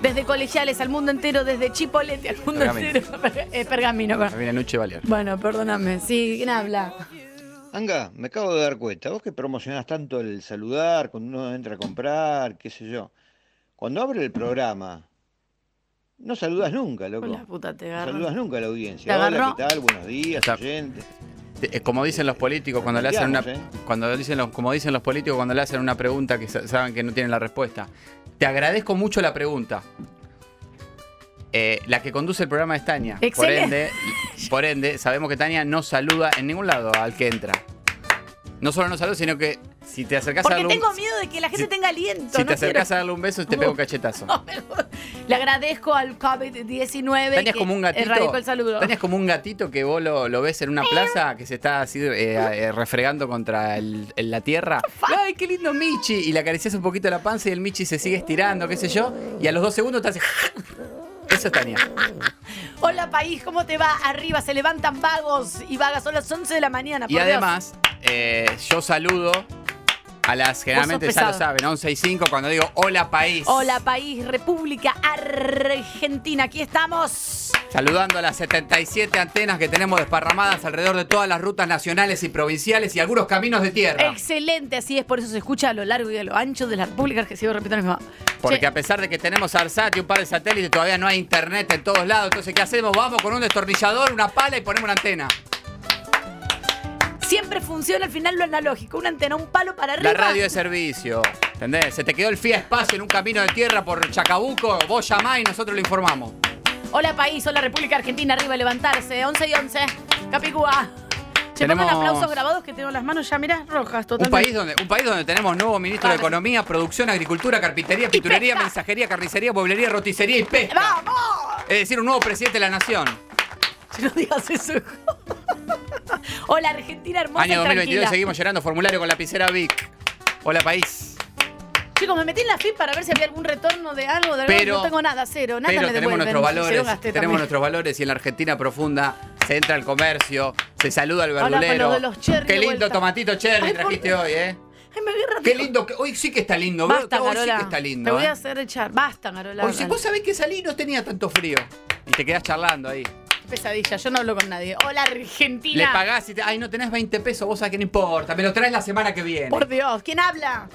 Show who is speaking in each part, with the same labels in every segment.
Speaker 1: desde colegiales al mundo entero, desde Chipolete al mundo
Speaker 2: Pergamino.
Speaker 1: entero. Eh, pergamino, perdón.
Speaker 2: Viene Nuche Balear.
Speaker 1: Bueno, perdóname. Sí, ¿quién habla?
Speaker 3: Anga, me acabo de dar cuenta, vos que promocionás tanto el saludar cuando uno entra a comprar, qué sé yo. Cuando abre el programa, no saludas nunca, loco.
Speaker 1: Con la puta te
Speaker 3: no
Speaker 1: agarro.
Speaker 3: saludas nunca a la
Speaker 1: Te
Speaker 3: audiencia.
Speaker 1: agarró.
Speaker 3: Hola, ¿qué tal? Buenos días,
Speaker 2: Está-
Speaker 3: oyentes.
Speaker 2: Eh, Como dicen los políticos cuando le hacen una
Speaker 3: Digamos,
Speaker 2: cuando dicen los, como dicen los políticos cuando le hacen una pregunta que sa- saben que no tienen la respuesta. Te agradezco mucho la pregunta. Eh, la que conduce el programa es Tania. Por
Speaker 1: Excelente.
Speaker 2: ende, por ende, sabemos que Tania no saluda en ningún lado al que entra. No solo no saluda, sino que si te acercas a
Speaker 1: Porque
Speaker 2: darle un,
Speaker 1: tengo miedo de que la gente
Speaker 2: Si-
Speaker 1: tenga aliento.
Speaker 2: si
Speaker 1: no
Speaker 2: te acercas
Speaker 1: quiero.
Speaker 2: a darle un beso, te pego un cachetazo.
Speaker 1: Le agradezco al COVID-19.
Speaker 2: Tania es
Speaker 1: que
Speaker 2: como un gatito.
Speaker 1: Erradicó el saludo.
Speaker 2: Tania es como un gatito que vos lo, lo ves en una plaza que se está así eh, eh, refregando contra el- el- la tierra. ¡Ay, qué lindo Michi! Y le acaricias un poquito la panza y el Michi se sigue estirando, qué sé yo. Y a los dos segundos te hace. Eso es Tania.
Speaker 1: Ah, Hola, país, ¿cómo te va? Arriba se levantan vagos y vagas. Son las 11 de la mañana.
Speaker 2: Y
Speaker 1: por Dios.
Speaker 2: además, eh, yo saludo a las. Generalmente ya lo
Speaker 1: pesado.
Speaker 2: saben, 11 y 5, cuando digo hola país.
Speaker 1: Hola, país, República Argentina. Aquí estamos.
Speaker 2: Saludando a las 77 antenas que tenemos desparramadas alrededor de todas las rutas nacionales y provinciales y algunos caminos de tierra.
Speaker 1: Excelente, así es, por eso se escucha a lo largo y a lo ancho de la República Argentina. Sigo repitiendo la misma.
Speaker 2: Porque
Speaker 1: Che,
Speaker 2: a pesar de que tenemos ARSAT y un par de satélites, todavía no hay internet en todos lados. Entonces, ¿qué hacemos? Vamos con un destornillador, una pala y ponemos una antena.
Speaker 1: siempre funciona al final lo analógico. Una antena, un palo para arriba.
Speaker 2: La radio de servicio. ¿Entendés? Se te quedó el FIA espacio en un camino de tierra por Chacabuco. Vos llamás y nosotros lo informamos.
Speaker 1: Hola, país, hola, República Argentina. Arriba, levantarse. 11 y 11. Capicúa. Che, pongan
Speaker 2: Tenemos-
Speaker 1: aplausos grabados que tengo las manos ya, mirá, rojas
Speaker 2: Un
Speaker 1: totalmente.
Speaker 2: país, donde, un país donde tenemos nuevo ministro de Economía, Producción, Agricultura, Carpintería, Pinturería,
Speaker 1: pesca.
Speaker 2: Mensajería, Carnicería, Pueblería, Roticería y Pesca.
Speaker 1: ¡Vamos!
Speaker 2: Es decir, un nuevo presidente de la nación.
Speaker 1: Si no digas eso. hola, Argentina hermosa
Speaker 2: Año
Speaker 1: y
Speaker 2: 2022
Speaker 1: tranquila.
Speaker 2: seguimos llenando formulario con lapicera Vic. Hola, país.
Speaker 1: Chicos, me metí en la FIP para ver si había algún retorno de algo. De
Speaker 2: Pero-
Speaker 1: no tengo nada, cero. Nada
Speaker 2: Pero
Speaker 1: me
Speaker 2: tenemos
Speaker 1: devuelven.
Speaker 2: nuestros
Speaker 1: Cero
Speaker 2: valores,
Speaker 1: gasté
Speaker 2: tenemos
Speaker 1: también.
Speaker 2: nuestros valores y en la Argentina profunda se entra al comercio, se saluda al
Speaker 1: con lo
Speaker 2: verdulero.
Speaker 1: de los cherry
Speaker 2: Qué
Speaker 1: de
Speaker 2: lindo
Speaker 1: vuelta.
Speaker 2: tomatito cherry
Speaker 1: Ay, por
Speaker 2: trajiste
Speaker 1: Dios.
Speaker 2: hoy, ¿eh?
Speaker 1: Ay, me agarra
Speaker 2: Qué
Speaker 1: todo.
Speaker 2: lindo, que- hoy sí que está lindo, ¿verdad?
Speaker 1: Basta,
Speaker 2: hoy
Speaker 1: Carola.
Speaker 2: sí que está lindo.
Speaker 1: Te voy
Speaker 2: ¿eh?
Speaker 1: a hacer echar. Basta, Carola.
Speaker 2: Hoy sí,
Speaker 1: dale.
Speaker 2: vos sabés que salí y no tenía tanto frío. Y te quedás charlando ahí.
Speaker 1: Qué pesadilla, yo no hablo con nadie. Hola, Argentina.
Speaker 2: Le pagás y te. Ay, no tenés 20 pesos, vos sabés que no importa. Me lo traes la semana que viene.
Speaker 1: Por Dios, ¿quién habla?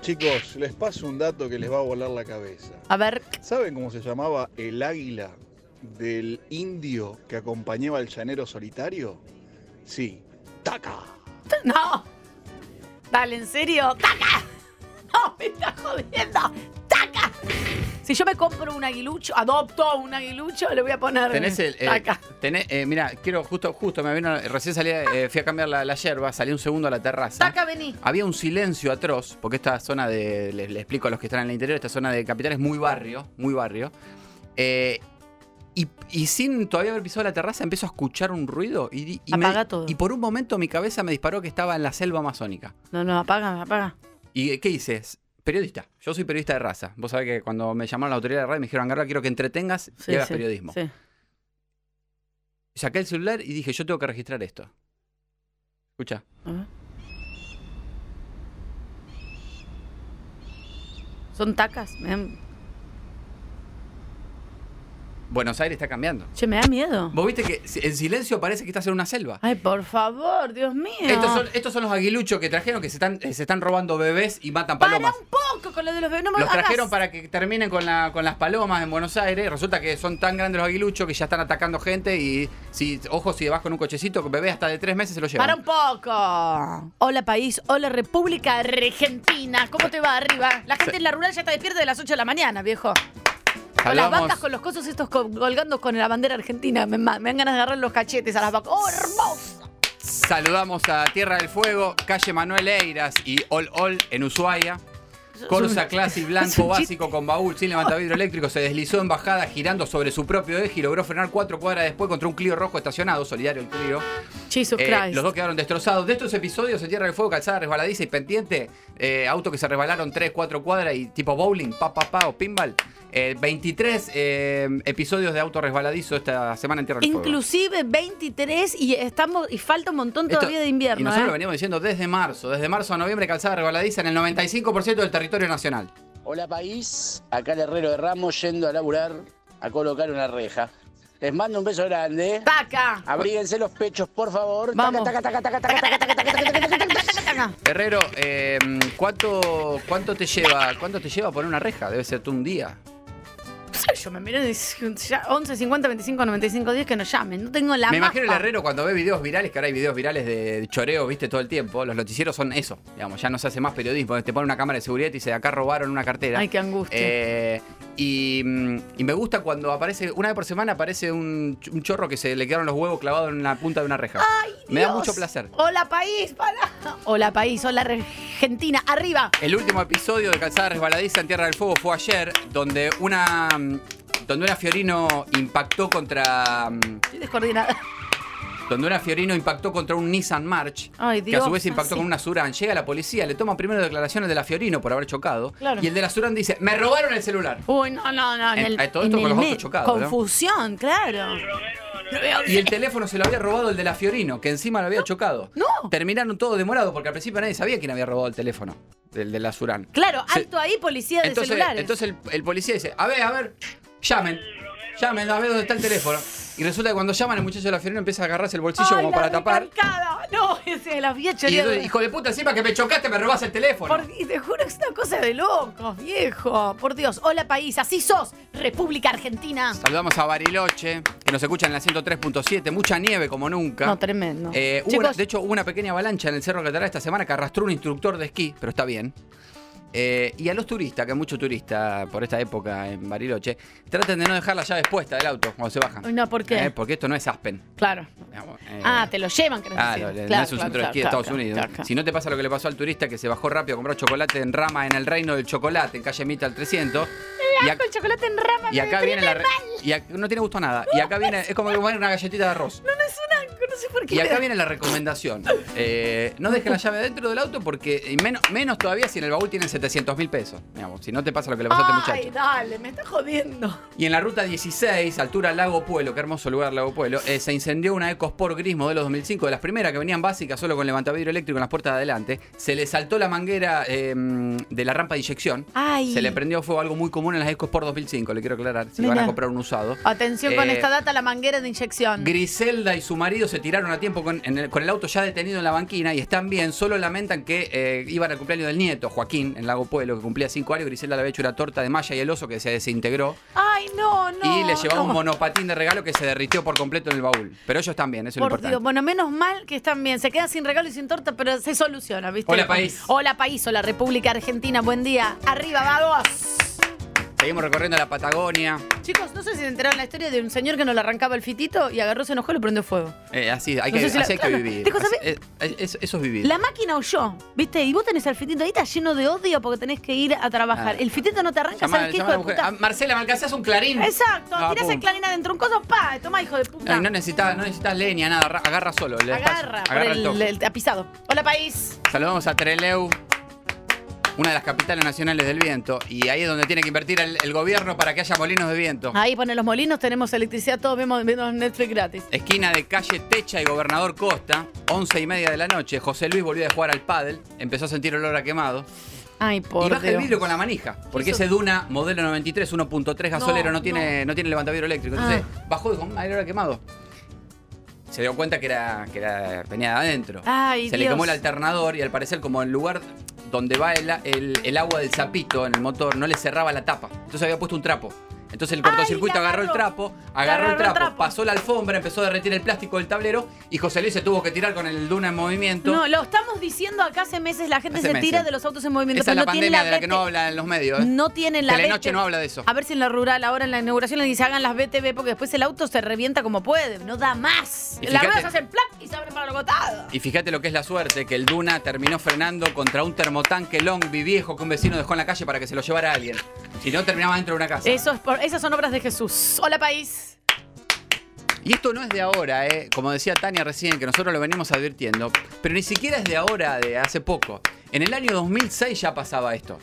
Speaker 4: Chicos, les paso un dato que les va a volar la cabeza.
Speaker 1: A ver,
Speaker 4: ¿Saben cómo se llamaba el águila del indio que acompañaba al llanero solitario? Sí, Taca.
Speaker 1: no. Dale, en serio. ¡Taca! No, me está jodiendo. ¡Taca! Si yo me compro un aguilucho, adopto un aguilucho, le voy a poner.
Speaker 2: Tenés el. eh,
Speaker 1: Taca.
Speaker 2: tenés, eh, mira, quiero, justo, justo, me vino. Recién salí, eh, fui a cambiar la, la yerba, salí un segundo a la terraza.
Speaker 1: Taca, vení.
Speaker 2: Había un silencio atroz, porque esta zona de. Les, les explico a los que están en el interior, esta zona de capital es muy barrio, muy barrio. Eh, y, y sin todavía haber pisado la terraza, empiezo a escuchar un ruido y, di- y me-
Speaker 1: Apaga todo.
Speaker 2: y por un momento mi cabeza me disparó que estaba en la selva amazónica.
Speaker 1: No, no, apaga, apaga.
Speaker 2: ¿Y eh, qué dices? Periodista. Yo soy periodista de raza. Vos sabés que cuando me llamaron a la autoridad de radio me dijeron, Garra, quiero que entretengas y hagas periodismo.
Speaker 1: sí.
Speaker 2: Saqué el celular y dije, yo tengo que registrar esto. Escucha.
Speaker 1: A ver. Son tacas. Me dan-
Speaker 2: Buenos Aires está cambiando.
Speaker 1: Che, me da miedo.
Speaker 2: Vos viste que si- en silencio parece que estás en una selva.
Speaker 1: Ay, por favor, Dios mío.
Speaker 2: Estos son, estos son los aguiluchos que trajeron que se están, eh, se están robando bebés y matan
Speaker 1: Para
Speaker 2: palomas.
Speaker 1: un poco con lo de los bebés. No me
Speaker 2: Los
Speaker 1: hagas.
Speaker 2: trajeron para que terminen con, la, con las palomas en Buenos Aires. Resulta que son tan grandes los aguiluchos que ya están atacando gente y si, ojo, si vas con un cochecito con bebé hasta de tres meses se lo llevan.
Speaker 1: Para un poco. Hola, país. Hola, República Argentina. ¿Cómo te va arriba? La gente en la rural ya está despierta de las 8 de la mañana, viejo. Con las
Speaker 2: Hablamos-
Speaker 1: vacas, con los cosos estos co- colgando con la bandera argentina. Me, ma- me dan ganas de agarrar los cachetes a las vacas. ¡Oh, hermoso!
Speaker 2: Saludamos a Tierra del Fuego, calle Manuel Eiras y Ol Ol en Ushuaia. Corsa
Speaker 1: es
Speaker 2: Classic
Speaker 1: un
Speaker 2: blanco
Speaker 1: chiste.
Speaker 2: básico con baúl sin levantavidrio eléctrico se deslizó en bajada girando sobre su propio eje y logró frenar cuatro cuadras después contra un Clio rojo estacionado, solidario el Clio.
Speaker 1: Jesus
Speaker 2: Eh,
Speaker 1: Christ.
Speaker 2: los dos quedaron destrozados. De estos episodios en Tierra del Fuego, calzada resbaladiza y pendiente, eh, autos que se resbalaron 3, 4 cuadras y tipo bowling, pa, pa, pa o pinball. eh, 23 eh, episodios de auto resbaladizo esta semana en Tierra del Fuego.
Speaker 1: Inclusive 23 y estamos y falta un montón
Speaker 2: Esto-
Speaker 1: todavía de invierno.
Speaker 2: Y nosotros
Speaker 1: ¿eh?
Speaker 2: lo venimos diciendo desde marzo. Desde marzo a noviembre, calzada resbaladiza en el 95% del territorio nacional.
Speaker 5: Hola país, acá el herrero de Ramos yendo a laburar a colocar una reja. Les mando un beso grande.
Speaker 1: ¡Taca!
Speaker 5: Abríguense los pechos, por favor.
Speaker 1: Vamos.
Speaker 5: Taca, taca, taca, taca, taca, taca, taca, taca, taca, taca, taca.
Speaker 1: Taca.
Speaker 2: Herrero, eh, ¿cuánto, cuánto, te lleva, ¿cuánto te lleva poner una reja? Debe ser tú un día.
Speaker 1: Yo me miré y dije, ya, 11 50 25 95 10 que nos llamen. No tengo la
Speaker 2: Me imagino el
Speaker 1: mapa.
Speaker 2: herrero cuando ve videos virales, que ahora hay videos virales de choreo, viste, todo el tiempo. Los noticieros son eso, digamos, ya no se hace más periodismo. Te pone una cámara de seguridad y te dice, acá robaron una cartera.
Speaker 1: Ay, qué angustia.
Speaker 2: Eh, y, mm, y me gusta cuando aparece, una vez por semana aparece un, ch- un chorro que se le quedaron los huevos clavados en la punta de una reja. me da
Speaker 1: Dios.
Speaker 2: mucho placer.
Speaker 1: Hola país, para. Hola país, hola Argentina, arriba.
Speaker 2: El último episodio de Calzada Resbaladiza en Tierra del Fuego fue ayer, donde una, mm, donde una Fiorino impactó contra... mm,
Speaker 1: Estoy descoordinada.
Speaker 2: donde una Fiorino impactó contra un Nissan March,
Speaker 1: Ay,
Speaker 2: que a su
Speaker 1: Dios,
Speaker 2: vez impactó
Speaker 1: así.
Speaker 2: con una Suran. Llega la policía, le toman primero declaraciones de la Fiorino por haber chocado,
Speaker 1: Claro.
Speaker 2: y el de la Suran dice, me robaron el celular.
Speaker 1: Uy, no, no, no. En
Speaker 2: En-
Speaker 1: el,
Speaker 2: eh, todo esto
Speaker 1: en
Speaker 2: con
Speaker 1: el
Speaker 2: los autos
Speaker 1: me-
Speaker 2: chocados, ¿no?
Speaker 1: Confusión, claro.
Speaker 2: Y el teléfono se lo había robado el de la Fiorino, que encima lo había chocado.
Speaker 1: no.
Speaker 2: Terminaron todo demorado, porque al principio nadie sabía quién había robado el teléfono, del de la Suran.
Speaker 1: Claro,
Speaker 2: Se-
Speaker 1: alto ahí, policía de
Speaker 2: Entonces,
Speaker 1: celulares.
Speaker 2: entonces el, el policía dice, a ver, a ver, llamen, llamen, a ver dónde está el teléfono. Y resulta que cuando llaman, el muchacho de la Fiorino empieza a agarrarse el bolsillo
Speaker 1: Ay,
Speaker 2: como
Speaker 1: la
Speaker 2: para tapar.
Speaker 1: recargada. No, ese de la vieja.
Speaker 2: Y entonces, hijo de puta, encima que me chocaste, me robás el teléfono.
Speaker 1: Por- y te juro que es una cosa de locos, viejo. Por Dios, hola país, así sos, República Argentina.
Speaker 2: Saludamos a Bariloche, que nos escucha en la 103.7. Mucha nieve como nunca.
Speaker 1: No, tremendo.
Speaker 2: Eh, hubo
Speaker 1: Chicos,
Speaker 2: una- de hecho, hubo una pequeña avalancha en el Cerro Catalá esta semana que arrastró un instructor de esquí, pero está bien. Eh, y a los turistas, que hay muchos turistas por esta época en Bariloche, traten de no dejar las llaves puestas del auto cuando se bajan.
Speaker 1: Uy, no, ¿por qué?
Speaker 2: Eh, porque esto no es Aspen.
Speaker 1: claro.
Speaker 2: digamos, eh,
Speaker 1: Ah, te lo llevan, que
Speaker 2: claro, no es un centro de esquí de Estados Unidos. Si no te pasa lo que le pasó al turista que se bajó rápido a comprar chocolate en rama en el reino del chocolate, en calle Mita al 300. y ac-
Speaker 1: Con chocolate en rama.
Speaker 2: y acá
Speaker 1: me
Speaker 2: viene la.
Speaker 1: tripe
Speaker 2: re- Y ac- no tiene gusto a nada. Y acá viene. Es como que comer una galletita de arroz.
Speaker 1: mal. No es una, no sé por qué.
Speaker 2: Y acá viene la recomendación. Eh, no dejen la llave dentro del auto porque. y menos, menos todavía si en el baúl tienen 700 mil pesos. Digamos, si no te pasa lo que le pasó a este
Speaker 1: Ay,
Speaker 2: muchacho.
Speaker 1: dale, me está jodiendo.
Speaker 2: Y en la ruta 16, altura Lago Pueblo, qué hermoso lugar Lago Pueblo, eh, se incendió una EcoSport gris modelo 2005, de las primeras que venían básicas, solo con levantavidrio eléctrico en las puertas de adelante. Se le saltó la manguera eh, de la rampa de inyección.
Speaker 1: Ay.
Speaker 2: Se le prendió fuego, algo muy común en las EcoSport 2005, le quiero aclarar, si lo van
Speaker 1: Mirá.
Speaker 2: a comprar un usado.
Speaker 1: Atención con
Speaker 2: Eh,
Speaker 1: esta data, la manguera de inyección.
Speaker 2: Griselda y su marido se tiraron a tiempo con, en el, con el auto ya detenido en la banquina y están bien. Solo lamentan que eh, iban al cumpleaños del nieto, Joaquín, en Lago Pueblo, que cumplía 5 años. Griselda le había hecho una torta de malla y el oso que se desintegró.
Speaker 1: Ay, no, no.
Speaker 2: y le llevaba un
Speaker 1: no.
Speaker 2: monopatín de regalo que se derritió por completo en el baúl. Pero ellos están bien, eso es lo
Speaker 1: Por
Speaker 2: importante.
Speaker 1: Dios, bueno, menos mal que están bien. Se quedan sin regalo y sin torta, pero se soluciona, ¿viste?
Speaker 2: Hola, país.
Speaker 1: Hola, país. Hola, República Argentina. Buen día. Arriba, vamos.
Speaker 2: Seguimos recorriendo la Patagonia.
Speaker 1: Chicos, no sé si se enteraron la historia de un señor que no le arrancaba el fitito y agarró, se enojó y lo prendió fuego.
Speaker 2: Eh, así hay
Speaker 1: No
Speaker 2: que,
Speaker 1: sé si la-
Speaker 2: así hay
Speaker 1: claro.
Speaker 2: que vivir.
Speaker 1: Dijo,
Speaker 2: Así-
Speaker 1: ¿sabés?
Speaker 2: eh, es- eso es vivir.
Speaker 1: La máquina huyó, ¿viste? Y vos tenés el fitito ahí, está lleno de odio porque tenés que ir a trabajar.
Speaker 2: Ah.
Speaker 1: El fitito no te arranca,
Speaker 2: Llamá-
Speaker 1: ¿sabes qué, hijo
Speaker 2: llamá a
Speaker 1: de
Speaker 2: la mujer.
Speaker 1: puta?
Speaker 2: Ah, Marcela, ¿me alcanzás un clarín?
Speaker 1: Exacto,
Speaker 2: Ah,
Speaker 1: tirás el
Speaker 2: pum.
Speaker 1: clarín adentro, un coso, pa, toma, hijo de puta.
Speaker 2: Ay, no necesitas no necesitas leña, nada, ra- agarra solo. le das-
Speaker 1: agarra, por
Speaker 2: agarra el
Speaker 1: el,
Speaker 2: toque.
Speaker 1: el tapizado. Hola, país.
Speaker 2: Saludamos a Treleu, una de las capitales nacionales del viento, y ahí es donde tiene que invertir el, el gobierno para que haya molinos de viento.
Speaker 1: Ahí ponen los molinos, tenemos electricidad, todos vemos, vemos Netflix gratis.
Speaker 2: Esquina de calle Techa y Gobernador Costa, 11 y media de la noche, José Luis volvió de jugar al pádel, empezó a sentir olor a quemado,
Speaker 1: Ay, por
Speaker 2: y baja el
Speaker 1: Dios.
Speaker 2: vidrio con la manija, porque
Speaker 1: Eso-
Speaker 2: ese Duna, modelo 93, 1.3 gasolero, no,
Speaker 1: no. Ah.
Speaker 2: tiene, no tiene levantavidrio eléctrico, entonces bajó y dijo, "Mm, hay olor a quemado. Se dio cuenta que era, que era venía de adentro.
Speaker 1: Ay,
Speaker 2: Se le
Speaker 1: Dios.
Speaker 2: quemó el alternador y al parecer como el lugar donde va el, el- el agua del sapito en el motor no le cerraba la tapa. Entonces había puesto un trapo. Entonces el
Speaker 1: Ay,
Speaker 2: cortocircuito
Speaker 1: le
Speaker 2: agarró el
Speaker 1: agarró.
Speaker 2: trapo,
Speaker 1: Agarró
Speaker 2: agarró
Speaker 1: el
Speaker 2: el trapo,
Speaker 1: trapo.
Speaker 2: pasó la alfombra, empezó a derretir el plástico del tablero y José Luis se tuvo que tirar con el duna en movimiento.
Speaker 1: No, lo estamos diciendo acá hace meses, la gente
Speaker 2: Hace
Speaker 1: se
Speaker 2: meses.
Speaker 1: tira de los autos en movimiento,
Speaker 2: Esa es
Speaker 1: pero no
Speaker 2: la
Speaker 1: tiene
Speaker 2: pandemia
Speaker 1: la
Speaker 2: de la que
Speaker 1: vete-
Speaker 2: no hablan los medios. ¿eh?
Speaker 1: No tienen la
Speaker 2: Telenoche
Speaker 1: vete-
Speaker 2: no habla de eso.
Speaker 1: A ver si en la rural, ahora en la inauguración, le dice hagan las BTV porque después el auto se revienta como puede, no da más.
Speaker 2: Y
Speaker 1: Las
Speaker 2: fíjate-
Speaker 1: ruedas hacen plac y se abren para lo botado.
Speaker 2: Y fíjate lo que es la suerte, que el Duna terminó frenando contra un termotanque Longvi viejo que un vecino dejó en la calle para que se lo llevara alguien. Si no, terminaba dentro de una casa.
Speaker 1: Eso es por- esas son obras de Jesús. Hola, país.
Speaker 2: Y esto no es de ahora, ¿eh? como decía Tania recién, que nosotros lo venimos advirtiendo, pero ni siquiera es de ahora, de hace poco. En el año 2006 ya pasaba esto.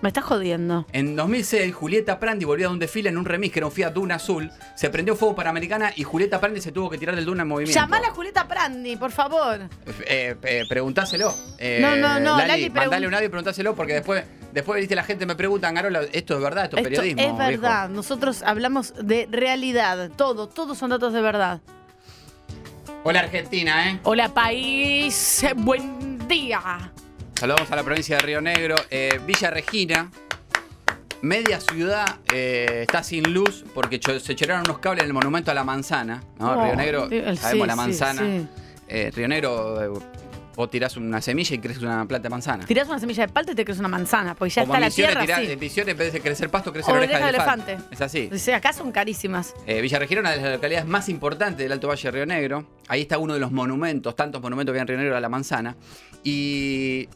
Speaker 1: Me estás jodiendo.
Speaker 2: En 2006, Julieta Prandi volvía de un desfile en un remis que era un Fiat Duna azul, se prendió fuego Panamericana y Julieta Prandi se tuvo que tirar del Duna en movimiento.
Speaker 1: Llamá a la Julieta Prandi, por favor.
Speaker 2: Eh, eh, preguntáselo. Eh,
Speaker 1: No, no, no, Lali,
Speaker 2: Lali,
Speaker 1: pregun-
Speaker 2: mandale un audio y preguntáselo porque después Después, viste, la gente me pregunta, Garola, ¿esto es verdad? ¿Esto es
Speaker 1: Esto
Speaker 2: periodismo?
Speaker 1: es verdad. Nosotros hablamos de realidad. Todo, todos son datos de verdad.
Speaker 2: viejo? Hola, Argentina, ¿eh?
Speaker 1: Hola, país. Buen día.
Speaker 2: Saludamos a la provincia de Río Negro. eh, Villa Regina. Media ciudad eh, está sin luz porque cho- se choraron unos cables en el monumento a la manzana. ¿no?
Speaker 1: Oh,
Speaker 2: Río Negro,
Speaker 1: el-
Speaker 2: sabemos
Speaker 1: sí,
Speaker 2: la
Speaker 1: sí,
Speaker 2: manzana.
Speaker 1: sí.
Speaker 2: Eh, Río Negro, eh, vos tirás una semilla y crees una planta de manzana.
Speaker 1: Tirás una semilla de palta y te crees una manzana, porque ya
Speaker 2: Como
Speaker 1: está la
Speaker 2: Misiones
Speaker 1: tierra.
Speaker 2: tirás-
Speaker 1: sí.
Speaker 2: en Misiones, en vez de crecer pasto, crece
Speaker 1: Oreja
Speaker 2: oreja,
Speaker 1: de
Speaker 2: de
Speaker 1: elefante.
Speaker 2: Es así.
Speaker 1: O sea, acá son carísimas.
Speaker 2: Eh, Villa Regina, una de las localidades más importantes del Alto Valle de Río Negro. Ahí está uno de los monumentos, tantos monumentos que hay en Río Negro a la manzana. Y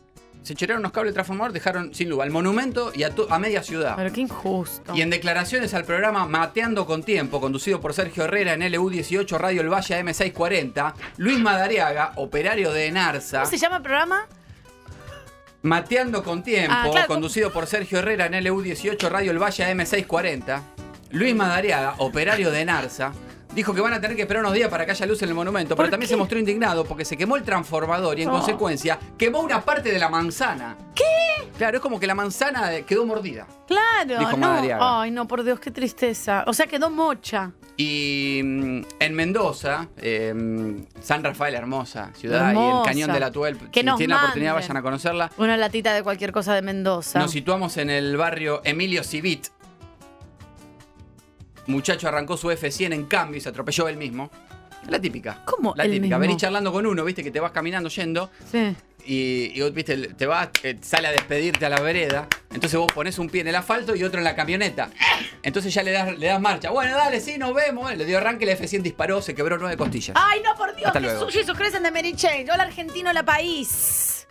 Speaker 2: se chorearon unos cables de transformador, dejaron sin lugar al monumento y a, to- a media ciudad.
Speaker 1: Pero qué injusto.
Speaker 2: Y en declaraciones al programa Mateando con Tiempo, conducido por Sergio Herrera en LU18 Radio El Valle M640, Luis Madariaga, operario de Enarza,
Speaker 1: ¿Cómo se llama el programa?
Speaker 2: Mateando con Tiempo,
Speaker 1: Ah, claro.
Speaker 2: conducido por Sergio Herrera en LU18 Radio El Valle M640, Luis Madariaga, operario de Enarza, dijo que van a tener que esperar unos días para que haya luz en el monumento,
Speaker 1: ¿Por
Speaker 2: pero también
Speaker 1: qué?
Speaker 2: se mostró indignado porque se quemó el transformador y en
Speaker 1: Oh.
Speaker 2: consecuencia quemó una parte de la manzana. ¿Qué? Claro, es como que la manzana eh, quedó mordida.
Speaker 1: Claro.
Speaker 2: Dijo
Speaker 1: no.
Speaker 2: Madariaga.
Speaker 1: Ay, no, por Dios, qué tristeza. O sea, quedó mocha.
Speaker 2: Y mm, en Mendoza, eh, San Rafael, hermosa ciudad, y el
Speaker 1: Hermosa.
Speaker 2: Cañón de la Tuel,
Speaker 1: Que
Speaker 2: si
Speaker 1: nos
Speaker 2: tienen la oportunidad
Speaker 1: manden.
Speaker 2: vayan a conocerla.
Speaker 1: Una latita de cualquier cosa de Mendoza.
Speaker 2: Nos situamos en el barrio Emilio Civit. Muchacho arrancó su F100 en cambio y se atropelló él mismo. La típica.
Speaker 1: ¿Cómo
Speaker 2: La
Speaker 1: él
Speaker 2: típica. Venís
Speaker 1: mismo?
Speaker 2: charlando con uno, viste, que te vas caminando yendo
Speaker 1: Sí.
Speaker 2: y, y vos, viste, te vas, eh, sale a despedirte a la vereda. Entonces vos pones un pie en el asfalto y otro en la camioneta. Entonces ya le das, le das marcha. Bueno, dale, sí, nos vemos. Bueno, Le dio arranque, la F100 disparó, se quebró nueve costillas.
Speaker 1: Ay, no, por Dios,
Speaker 2: Hasta luego.
Speaker 1: Jesús, Jesús, crecen de Mary Jane. Hola, argentino, hola, país.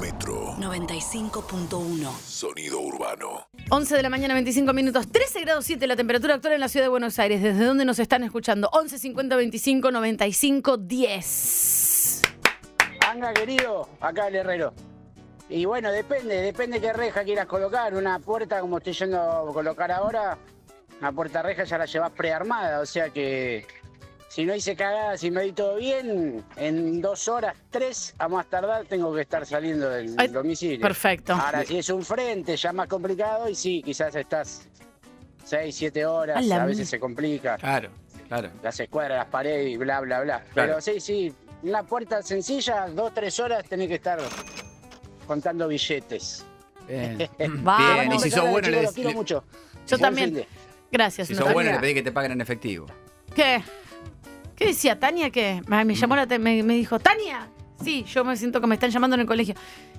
Speaker 6: Metro
Speaker 7: 95.1.
Speaker 6: Sonido Urbano.
Speaker 1: 11 de la mañana, 25 minutos, 13 grados 7 la temperatura actual en la ciudad de Buenos Aires. ¿Desde dónde nos están escuchando? 11 50 25 95 10.
Speaker 5: Anga querido, acá el herrero. Y bueno, depende, depende qué reja quieras colocar. Una puerta, como estoy yendo a colocar ahora, una puerta reja ya la llevas prearmada. O sea que si no hice cagada, si me di todo bien, en dos horas, tres, a más tardar, tengo que estar saliendo del
Speaker 1: Ay,
Speaker 5: domicilio.
Speaker 1: Perfecto.
Speaker 2: Ah,
Speaker 5: Ahora, si es un frente, ya más complicado y sí, quizás estás seis, siete horas,
Speaker 1: A la
Speaker 5: a
Speaker 1: mi-
Speaker 5: veces se complica
Speaker 2: Claro, claro.
Speaker 5: las escuadras, las paredes y bla, bla, bla.
Speaker 2: Claro.
Speaker 5: Pero sí, sí, una puerta sencilla, dos, tres horas tenés que estar contando billetes.
Speaker 2: Bien.
Speaker 1: Mm. Vamos.
Speaker 2: Bien, y si sos
Speaker 5: Chicos,
Speaker 2: bueno,
Speaker 5: los
Speaker 2: le,
Speaker 5: quiero
Speaker 2: le-
Speaker 5: mucho.
Speaker 1: Yo
Speaker 5: Buen fin
Speaker 1: también.
Speaker 5: de.
Speaker 1: Gracias,
Speaker 2: si sos
Speaker 1: Natalia.
Speaker 2: bueno, le pedí que te paguen en efectivo.
Speaker 1: ¿Qué? ¿Qué decía Tania? ¿Qué? Ay, Me llamó la te- me, me dijo, Tania. Sí, yo me siento que me están llamando en el colegio.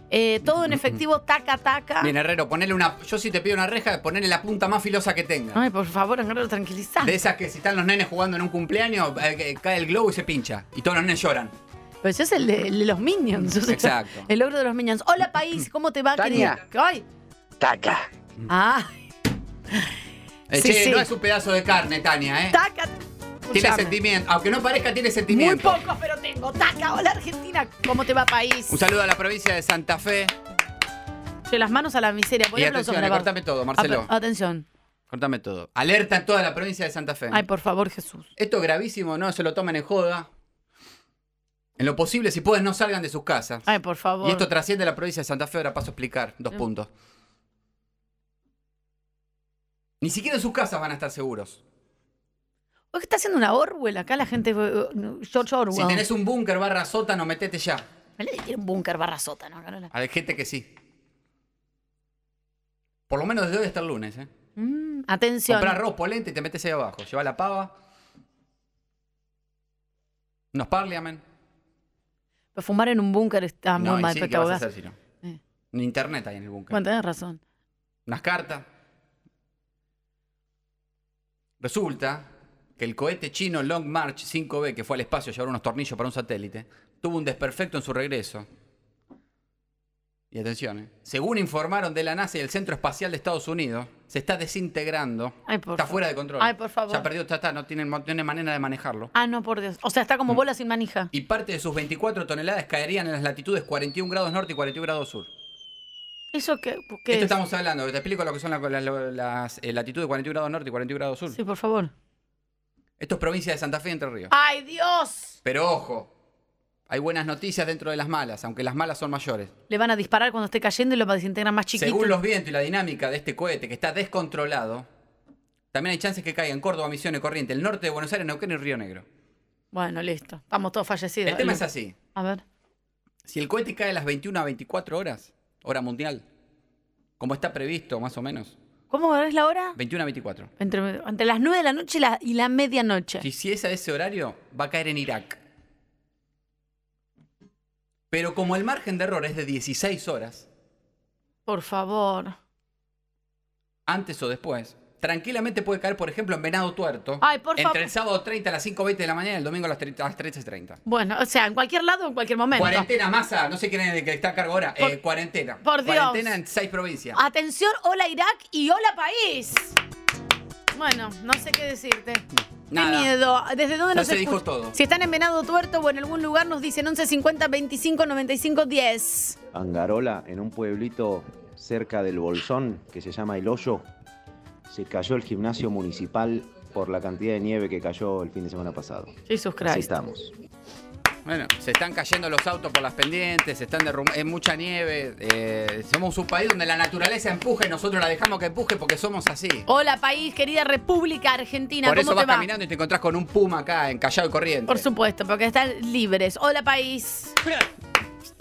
Speaker 1: Eh, todo en efectivo, taca, taca.
Speaker 2: Bien, Herrero, ponele una. Yo si te pido una reja, ponele la punta más filosa que tenga.
Speaker 1: Ay, por favor, Angelo, tranquilizá.
Speaker 2: De esas que si están los nenes jugando en un cumpleaños, eh, que cae el globo y se pincha. Y todos los nenes lloran.
Speaker 1: Pero ese es el de, el de los Minions. o sea,
Speaker 2: Exacto.
Speaker 1: El logro de los Minions. Hola, país, ¿cómo te va,
Speaker 5: Tania.
Speaker 1: querida? Ay.
Speaker 5: Taca.
Speaker 1: Ah,
Speaker 2: Eh,
Speaker 1: Sí,
Speaker 2: che,
Speaker 1: sí.
Speaker 2: no es un pedazo de carne, Tania, ¿eh?
Speaker 1: taca.
Speaker 2: tiene
Speaker 1: Escuchame.
Speaker 2: sentimiento. Aunque no parezca, tiene
Speaker 1: Muy
Speaker 2: sentimiento.
Speaker 1: pocos, pero tengo. Taca, hola, Argentina. ¿Cómo te va, país?
Speaker 2: Un saludo a la provincia de Santa Fe.
Speaker 1: Che, las manos a la miseria.
Speaker 2: Y
Speaker 1: Ponle aplausos
Speaker 2: atención, eh,
Speaker 1: para
Speaker 2: cortame todo, Marcelo.
Speaker 1: Apa- Ah, Atención.
Speaker 2: Cortame todo. Alerta en toda la provincia de Santa Fe.
Speaker 1: ah. Ay, por favor, Jesús.
Speaker 2: Esto es gravísimo, no se lo tomen en joda. En lo posible, si pueden, no salgan de sus casas.
Speaker 1: Ay, por favor.
Speaker 2: Y esto trasciende la provincia de Santa Fe, ahora paso a explicar dos
Speaker 1: Mm.
Speaker 2: puntos. Ni siquiera en sus casas van a estar seguros.
Speaker 1: Hoy está haciendo una Orwell acá la gente. eh, George Orwell.
Speaker 2: Si tenés un búnker barra sótano, metete ya.
Speaker 1: No le tiene un búnker barra sótano, Carola.
Speaker 2: Hay gente que sí. Por lo menos desde hoy hasta el lunes, ¿eh?
Speaker 1: Mm, atención.
Speaker 2: Comprá arroz, polenta y te metes ahí abajo. Lleva la pava. Unos parliamen.
Speaker 1: Pero Fumar en un búnker está Ah, muy
Speaker 2: y
Speaker 1: mal,
Speaker 2: sí,
Speaker 1: pero
Speaker 2: ¿qué
Speaker 1: te
Speaker 2: vas a
Speaker 1: ahogás.
Speaker 2: hacer si no?
Speaker 1: Eh.
Speaker 2: Ni internet hay en el búnker.
Speaker 1: Bueno, tenés razón.
Speaker 2: unas cartas. Resulta que el cohete chino Long March 5B, que fue al espacio a llevar unos tornillos para un satélite, tuvo un desperfecto en su regreso. Y atención, ¿eh? según informaron de la NASA y el Centro Espacial de Estados Unidos, se está desintegrando.
Speaker 1: Ay, por
Speaker 2: está
Speaker 1: favor.
Speaker 2: fuera de control.
Speaker 1: Ay, por favor.
Speaker 2: Ya perdió, está, está, no tiene, no tiene manera de manejarlo.
Speaker 1: Ah, no, por Dios. O sea, está
Speaker 2: Mm.
Speaker 1: como bola sin manija.
Speaker 2: Y parte de sus 24 toneladas caerían en las latitudes 41 grados norte y 41 grados sur.
Speaker 1: ¿Eso qué, qué
Speaker 2: Esto
Speaker 1: es?
Speaker 2: estamos hablando, te explico lo que son la- la- la- las eh, latitudes 41 grados norte y 41 grados sur.
Speaker 1: Sí, Ah. por favor.
Speaker 2: Esto es provincia de Santa Fe, Entre Ríos.
Speaker 1: ¡Ay, Dios!
Speaker 2: Pero ojo, Hay buenas noticias dentro de las malas, aunque las malas son mayores.
Speaker 1: Le van a disparar cuando esté cayendo y lo desintegran más chiquito.
Speaker 2: Según los vientos y la dinámica de este cohete que está descontrolado, también hay chances que caiga en Córdoba, Misiones, Corrientes, el norte de Buenos Aires, Neuquén y Río Negro.
Speaker 1: Bueno, listo. Vamos todos fallecidos.
Speaker 2: El tema
Speaker 1: Lo-
Speaker 2: es así.
Speaker 1: A ver.
Speaker 2: Si el cohete cae a las 21 a 24 horas, hora mundial, como está previsto más o menos,
Speaker 1: ¿Cómo es la hora?
Speaker 2: 21 a 24.
Speaker 1: Entre, entre las 9 de la noche y la, y la medianoche.
Speaker 2: Si, si es a ese horario, va a caer en Irak. Pero como el margen de error es de 16 horas,
Speaker 1: Por favor.
Speaker 2: antes o después, tranquilamente puede caer, por ejemplo, en Venado Tuerto.
Speaker 1: Ay, por
Speaker 2: entre
Speaker 1: favor.
Speaker 2: el sábado 30 a las 5.20 de la mañana y el domingo a las 13.30. A las 13:30.
Speaker 1: Bueno, o sea, en cualquier lado, en cualquier momento.
Speaker 2: Cuarentena, masa, no sé quién es el que está a cargo ahora.
Speaker 1: Por-
Speaker 2: eh, cuarentena.
Speaker 1: por Dios.
Speaker 2: Cuarentena en seis provincias.
Speaker 1: Atención, hola Irak y hola país. Bueno, no sé qué decirte. Qué
Speaker 2: Nada.
Speaker 1: miedo. ¿Desde dónde
Speaker 2: Ya
Speaker 1: nos
Speaker 2: se dijo
Speaker 1: escuch-
Speaker 2: todo.
Speaker 1: Si están en Venado Tuerto o en algún lugar, nos dicen 1150 25 95 10.
Speaker 8: Angarola, en un pueblito cerca del Bolsón, que se llama El Hoyo, se cayó el gimnasio municipal por la cantidad de nieve que cayó el fin de semana pasado.
Speaker 1: Jesús
Speaker 8: Así
Speaker 1: Christ.
Speaker 8: estamos.
Speaker 2: Bueno, se están cayendo los autos por las pendientes, se están derrumbando, es mucha nieve. eh, somos un país donde la naturaleza empuja y nosotros la dejamos que empuje porque somos así.
Speaker 1: Hola país, querida República Argentina.
Speaker 2: por
Speaker 1: ¿Cómo
Speaker 2: eso
Speaker 1: te
Speaker 2: vas
Speaker 1: va?
Speaker 2: caminando y te encontrás con un puma acá, encallado y corriente.
Speaker 1: Por supuesto, porque están libres. Hola país.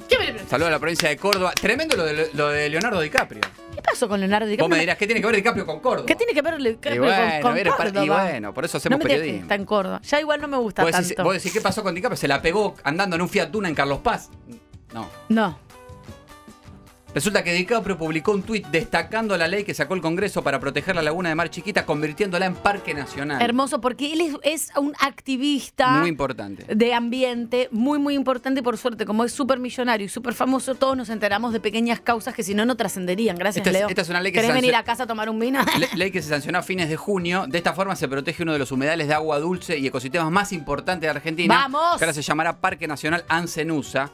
Speaker 1: ¿Qué
Speaker 2: Saludos a la provincia de Córdoba. Tremendo lo de, lo de Leonardo DiCaprio.
Speaker 1: pasó con Leonardo
Speaker 2: Vos me
Speaker 1: DiCaprio?
Speaker 2: dirás, ¿qué tiene que ver DiCaprio con Córdoba?
Speaker 1: ¿Qué tiene que ver el
Speaker 2: Y
Speaker 1: Caprio
Speaker 2: bueno,
Speaker 1: con, con
Speaker 2: era par- y
Speaker 1: Córdoba?
Speaker 2: bueno, por eso
Speaker 1: No
Speaker 2: hacemos
Speaker 1: me digas que
Speaker 2: periodismo.
Speaker 1: está en Córdoba. Ya igual no me gusta
Speaker 2: ¿Vos decís,
Speaker 1: tanto.
Speaker 2: vos decís, ¿qué pasó con DiCaprio? ¿Se la pegó andando en un Fiat Duna en Carlos Paz? No.
Speaker 1: No.
Speaker 2: Resulta que DiCaprio publicó un tuit destacando la ley que sacó el Congreso para proteger la laguna de Mar Chiquita, convirtiéndola en parque nacional.
Speaker 1: Hermoso, porque él es, es un activista
Speaker 2: Muy importante.
Speaker 1: de ambiente, muy, muy importante. Y por suerte, como es súper millonario y súper famoso, todos nos enteramos de pequeñas causas que si no, no trascenderían. Gracias,
Speaker 2: Esta es-
Speaker 1: Leo.
Speaker 2: esta es una ley que
Speaker 1: ¿Querés
Speaker 2: sancio-
Speaker 1: venir a casa a tomar un vino?
Speaker 2: Le- Ley que se sancionó a fines de junio. De esta forma se protege uno de los humedales de agua dulce y ecosistemas más importantes de Argentina.
Speaker 1: ¡Vamos!
Speaker 2: Que ahora se llamará Parque Nacional Ancenusa.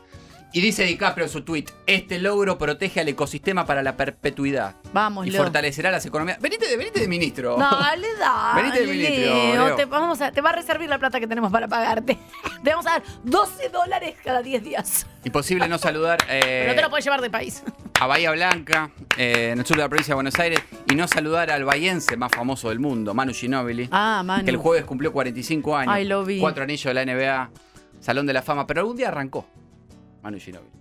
Speaker 2: Y dice DiCaprio en su tuit, este logro protege al ecosistema para la perpetuidad
Speaker 1: Vamos,
Speaker 2: y
Speaker 1: Leo.
Speaker 2: fortalecerá las economías. Venite de, venite de ministro.
Speaker 1: Dale, dale.
Speaker 2: Venite del ministro, Leo.
Speaker 1: te, vamos a, te va a reservar la plata que tenemos para pagarte. te vamos a dar 12 dólares cada 10 días.
Speaker 2: Imposible no saludar eh,
Speaker 1: Pero no te lo puedes llevar de país.
Speaker 2: a Bahía Blanca, eh, en el sur de la provincia de Buenos Aires, y no saludar al bahiense más famoso del mundo, Manu Ginóbili.
Speaker 1: Ah, Manu.
Speaker 2: Que el jueves cumplió 45 años.
Speaker 1: Ay, lo vi.
Speaker 2: Cuatro anillos de la NBA, Salón de la Fama, pero algún día arrancó Manu Ginóbili.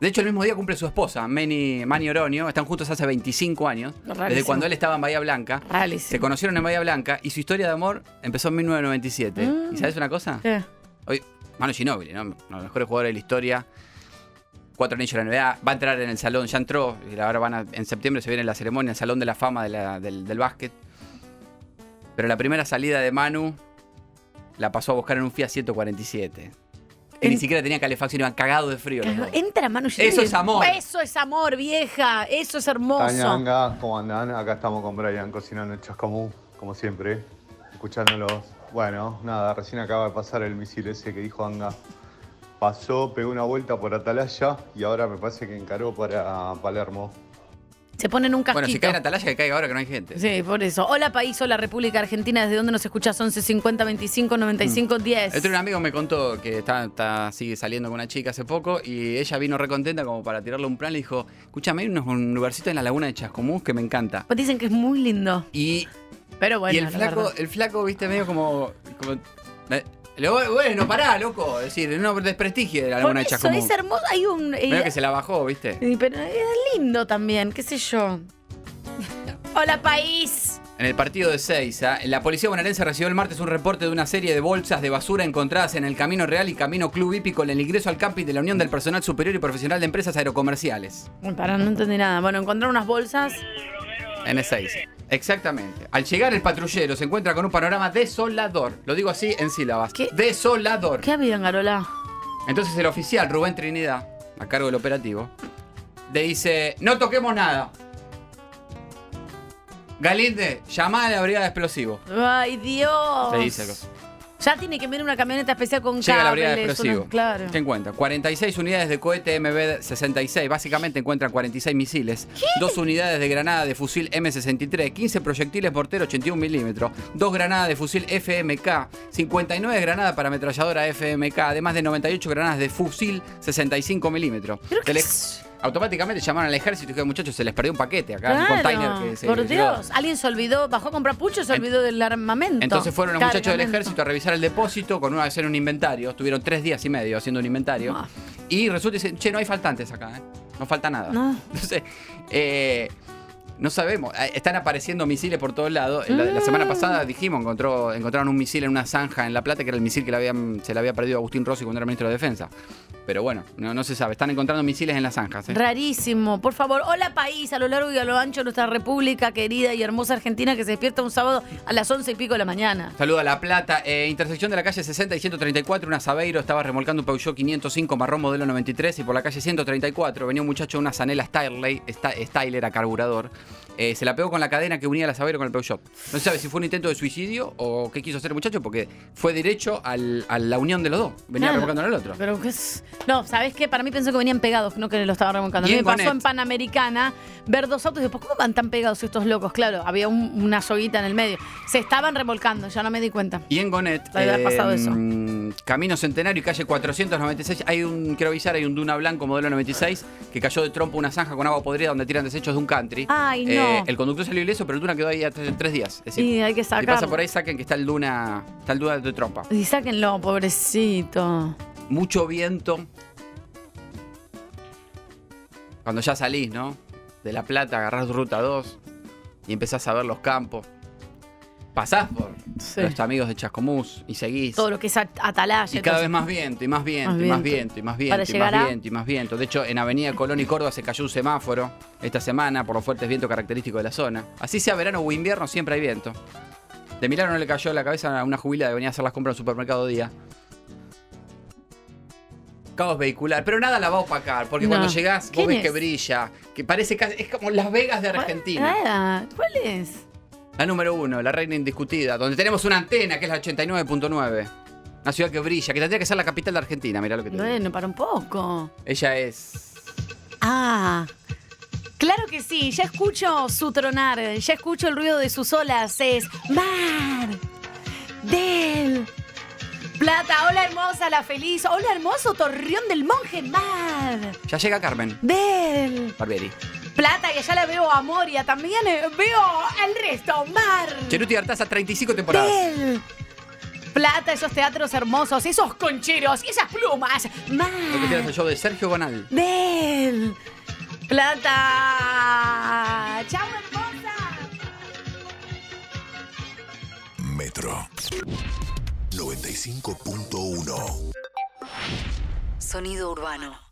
Speaker 2: De hecho, el mismo día cumple su esposa, Manny, Manny Oronio. Están juntos hace 25 años, desde
Speaker 1: Rarísimo.
Speaker 2: cuando él estaba en Bahía Blanca. Se
Speaker 1: Rarísimo.
Speaker 2: conocieron en Bahía Blanca y su historia de amor empezó en 1997.
Speaker 1: Ah.
Speaker 2: ¿Y sabes una cosa?
Speaker 1: ¿Qué?
Speaker 2: Hoy, Manu Ginóbili, ¿no? uno de los mejores jugadores de la historia. Cuatro anillos de la NBA. Va a entrar en el salón, ya entró. Y ahora van a- en septiembre se viene la ceremonia, el salón de la fama de la- del, del básquet. Pero la primera salida de Manu la pasó a buscar en un Fiat 147. Que ni
Speaker 1: En-
Speaker 2: siquiera tenía calefacción, iban cagados de frío. los dos.
Speaker 1: Entra Manu
Speaker 2: Eso es amor.
Speaker 1: Eso es amor, vieja. Eso es hermoso.
Speaker 9: Tañanga, ¿cómo andan? Acá estamos con Brian cocinando en Chascomú, como siempre, escuchándolos. Bueno, nada, recién acaba de pasar el misil ese que dijo Anga. Pasó, pegó una vuelta por Atalaya y ahora me parece que encaró para Palermo.
Speaker 1: Se ponen un casquito.
Speaker 2: Bueno, si cae en Atalaya, que caiga ahora que no hay gente.
Speaker 1: Sí, por eso. Hola país, hola República Argentina, ¿desde dónde nos escuchás? 11 50 25 95 10.
Speaker 2: El otro día un amigo me contó que está, está- sigue saliendo con una chica hace poco y ella vino recontenta como para tirarle un plan. Le dijo, escúchame, hay unos- un lugarcito en la laguna de Chascomús que me encanta.
Speaker 1: Pues Dicen que es muy lindo.
Speaker 2: Y,
Speaker 1: Pero bueno,
Speaker 2: y el,
Speaker 1: la
Speaker 2: flaco,
Speaker 1: verdad.
Speaker 2: el flaco, viste, medio como... como- eh, le digo, bueno, pará, loco. Es decir, no desprestigie la
Speaker 1: Por
Speaker 2: laguna de
Speaker 1: eso
Speaker 2: Chascomús.
Speaker 1: es hermoso. Hay un. eh,
Speaker 2: Medio que se la bajó, viste.
Speaker 1: eh, Pero es lindo también, qué sé yo. Hola país.
Speaker 2: En el partido de Seiza, la policía bonaerense recibió el martes un reporte de una serie de bolsas de basura encontradas en el Camino Real y Camino Club Hípico en el ingreso al camping de la Unión del Personal Superior y Profesional de Empresas Aerocomerciales.
Speaker 1: Uy, Para, no entendí nada. Bueno, encontrar unas bolsas.
Speaker 2: En E6. Exactamente. Al llegar el patrullero se encuentra con un panorama desolador. Lo digo así en sílabas.
Speaker 1: ¿Qué?
Speaker 2: Desolador.
Speaker 1: ¿Qué había en Garola?
Speaker 2: Entonces el oficial Rubén Trinidad, a cargo del operativo, le dice, no toquemos nada. Galinde, llamá a la brigada de explosivos.
Speaker 1: Ay, Dios.
Speaker 2: Le dice el coso.
Speaker 1: Ya tiene que venir una camioneta especial con
Speaker 2: Llega la
Speaker 1: cables.
Speaker 2: brigada de explosivos.
Speaker 1: unos- claro.
Speaker 2: ¿Qué encuentra? 46 unidades de cohete MB-66. Básicamente encuentran 46 misiles. Dos unidades de granada de fusil M63. 15 proyectiles mortero 81 milímetros. Dos granadas de fusil FMK. 59 granadas para ametralladora FMK. Además de 98 granadas de fusil 65 milímetros. Se les- Automáticamente llamaron al ejército y dijeron, muchachos, se les perdió un paquete acá. Un container
Speaker 1: Claro,
Speaker 2: que se
Speaker 1: por
Speaker 2: tiró".
Speaker 1: Dios, alguien se olvidó, bajó a comprar pucho, se
Speaker 2: En-
Speaker 1: olvidó del armamento.
Speaker 2: Entonces fueron los muchachos del
Speaker 1: Cargamento.
Speaker 2: ejército a revisar el depósito con una, hacer un inventario. Estuvieron tres días y medio haciendo un inventario.
Speaker 1: Ah.
Speaker 2: Y resulta que dicen, che, no hay faltantes acá, ¿eh? No falta nada.
Speaker 1: No.
Speaker 2: Entonces, eh, no sabemos. Eh, Están apareciendo misiles por todos lados. La, la semana pasada dijimos, encontró, encontraron un misil en una zanja en La Plata, que era el misil que le habían- se le había perdido a Agustín Rossi cuando era ministro de Defensa. Pero bueno, no, no se sabe. Están encontrando misiles en las zanjas. ¿eh?
Speaker 1: Rarísimo. Por favor, hola país, a lo largo y a lo ancho de nuestra república querida y hermosa Argentina que se despierta un sábado a las once y pico de la mañana.
Speaker 2: Saludo a La Plata. Eh, intersección de la calle 60 y 134, un asabeiro estaba remolcando un Peugeot 505 marrón modelo 93 y por la calle 134 venía un muchacho de una zanela Styler, Styler a carburador. Eh, se la pegó con la cadena que unía el asabeiro con el Peugeot. No se sabe si fue un intento de suicidio o qué quiso hacer el muchacho porque fue derecho al- a la unión de los dos. Venía
Speaker 1: Claro.
Speaker 2: remolcando al otro.
Speaker 1: Pero, ¿qué es? No, ¿sabes qué? Para mí pensó que venían pegados, no que lo estaban remontando. A mí
Speaker 2: Y
Speaker 1: me
Speaker 2: en
Speaker 1: pasó
Speaker 2: Gonet.
Speaker 1: en Panamericana ver dos autos y después, ¿cómo van tan pegados estos locos? Claro, había un- una soguita en el medio. Se estaban remolcando, ya no me di cuenta.
Speaker 2: Y en Gonet,
Speaker 1: Le había pasado eso.
Speaker 2: mm, Camino Centenario y calle 496, hay un, quiero avisar, hay un Duna Blanco modelo 96 que cayó de trompo una zanja con agua podrida donde tiran desechos de un country. Eh,
Speaker 1: Ay, no.
Speaker 2: el conductor salió ileso, pero el Duna quedó ahí hace tres días. Es decir,
Speaker 1: Y hay que
Speaker 2: si
Speaker 1: sacarlo.
Speaker 2: pasa por ahí, saquen que está el Duna, está el Duna de trompa.
Speaker 1: Y sáquenlo, pobrecito.
Speaker 2: Mucho viento. Cuando ya salís, ¿no? De La Plata, agarrás ruta 2 y empezás a ver los campos. Pasás por
Speaker 1: Sí.
Speaker 2: los amigos de Chascomús y seguís.
Speaker 1: Todo lo que es at- atalaya.
Speaker 2: Y cada
Speaker 1: todo
Speaker 2: vez
Speaker 1: eso.
Speaker 2: más viento, y más viento,
Speaker 1: Más
Speaker 2: y más
Speaker 1: viento.
Speaker 2: viento, y más
Speaker 1: Para
Speaker 2: viento, y
Speaker 1: llegar
Speaker 2: más
Speaker 1: a-
Speaker 2: viento, y más viento. De hecho, en Avenida Colón y Córdoba se cayó un semáforo esta semana por los fuertes vientos característicos de la zona. Así sea verano o invierno, siempre hay viento. De milagro no le cayó a la cabeza a una jubilada que venía a hacer las compras en un supermercado día. Caos vehicular, pero nada la va a opacar, porque
Speaker 1: No.
Speaker 2: cuando llegás vos
Speaker 1: ¿Quién
Speaker 2: ves
Speaker 1: es?
Speaker 2: que brilla, que parece casi, es como Las Vegas de Argentina.
Speaker 1: Ah, ¿Cuál es?
Speaker 2: La número uno, la reina indiscutida, donde tenemos una antena que es la 89.9. Una ciudad que brilla, que tendría que ser la capital de Argentina, mirá lo que te digo.
Speaker 1: Bueno, para un poco.
Speaker 2: Ella es.
Speaker 1: Ah. Claro que sí, ya escucho su tronar, ya escucho el ruido de sus olas, es mar del plata, hola hermosa, la feliz, hola hermoso torreón del monje, mar
Speaker 2: Ya llega Carmen
Speaker 1: del
Speaker 2: Barbieri.
Speaker 1: plata, y allá la veo a Moria, también eh, veo el resto, mar
Speaker 2: Cheruti Artaza, 35 temporadas.
Speaker 1: del plata, esos teatros hermosos, esos concheros, esas plumas,
Speaker 2: Lo que
Speaker 1: mar
Speaker 2: quieras yo de Sergio Bonal.
Speaker 1: del Plata. Chau, hermosa.
Speaker 6: Metro 95.1.
Speaker 7: Sonido urbano.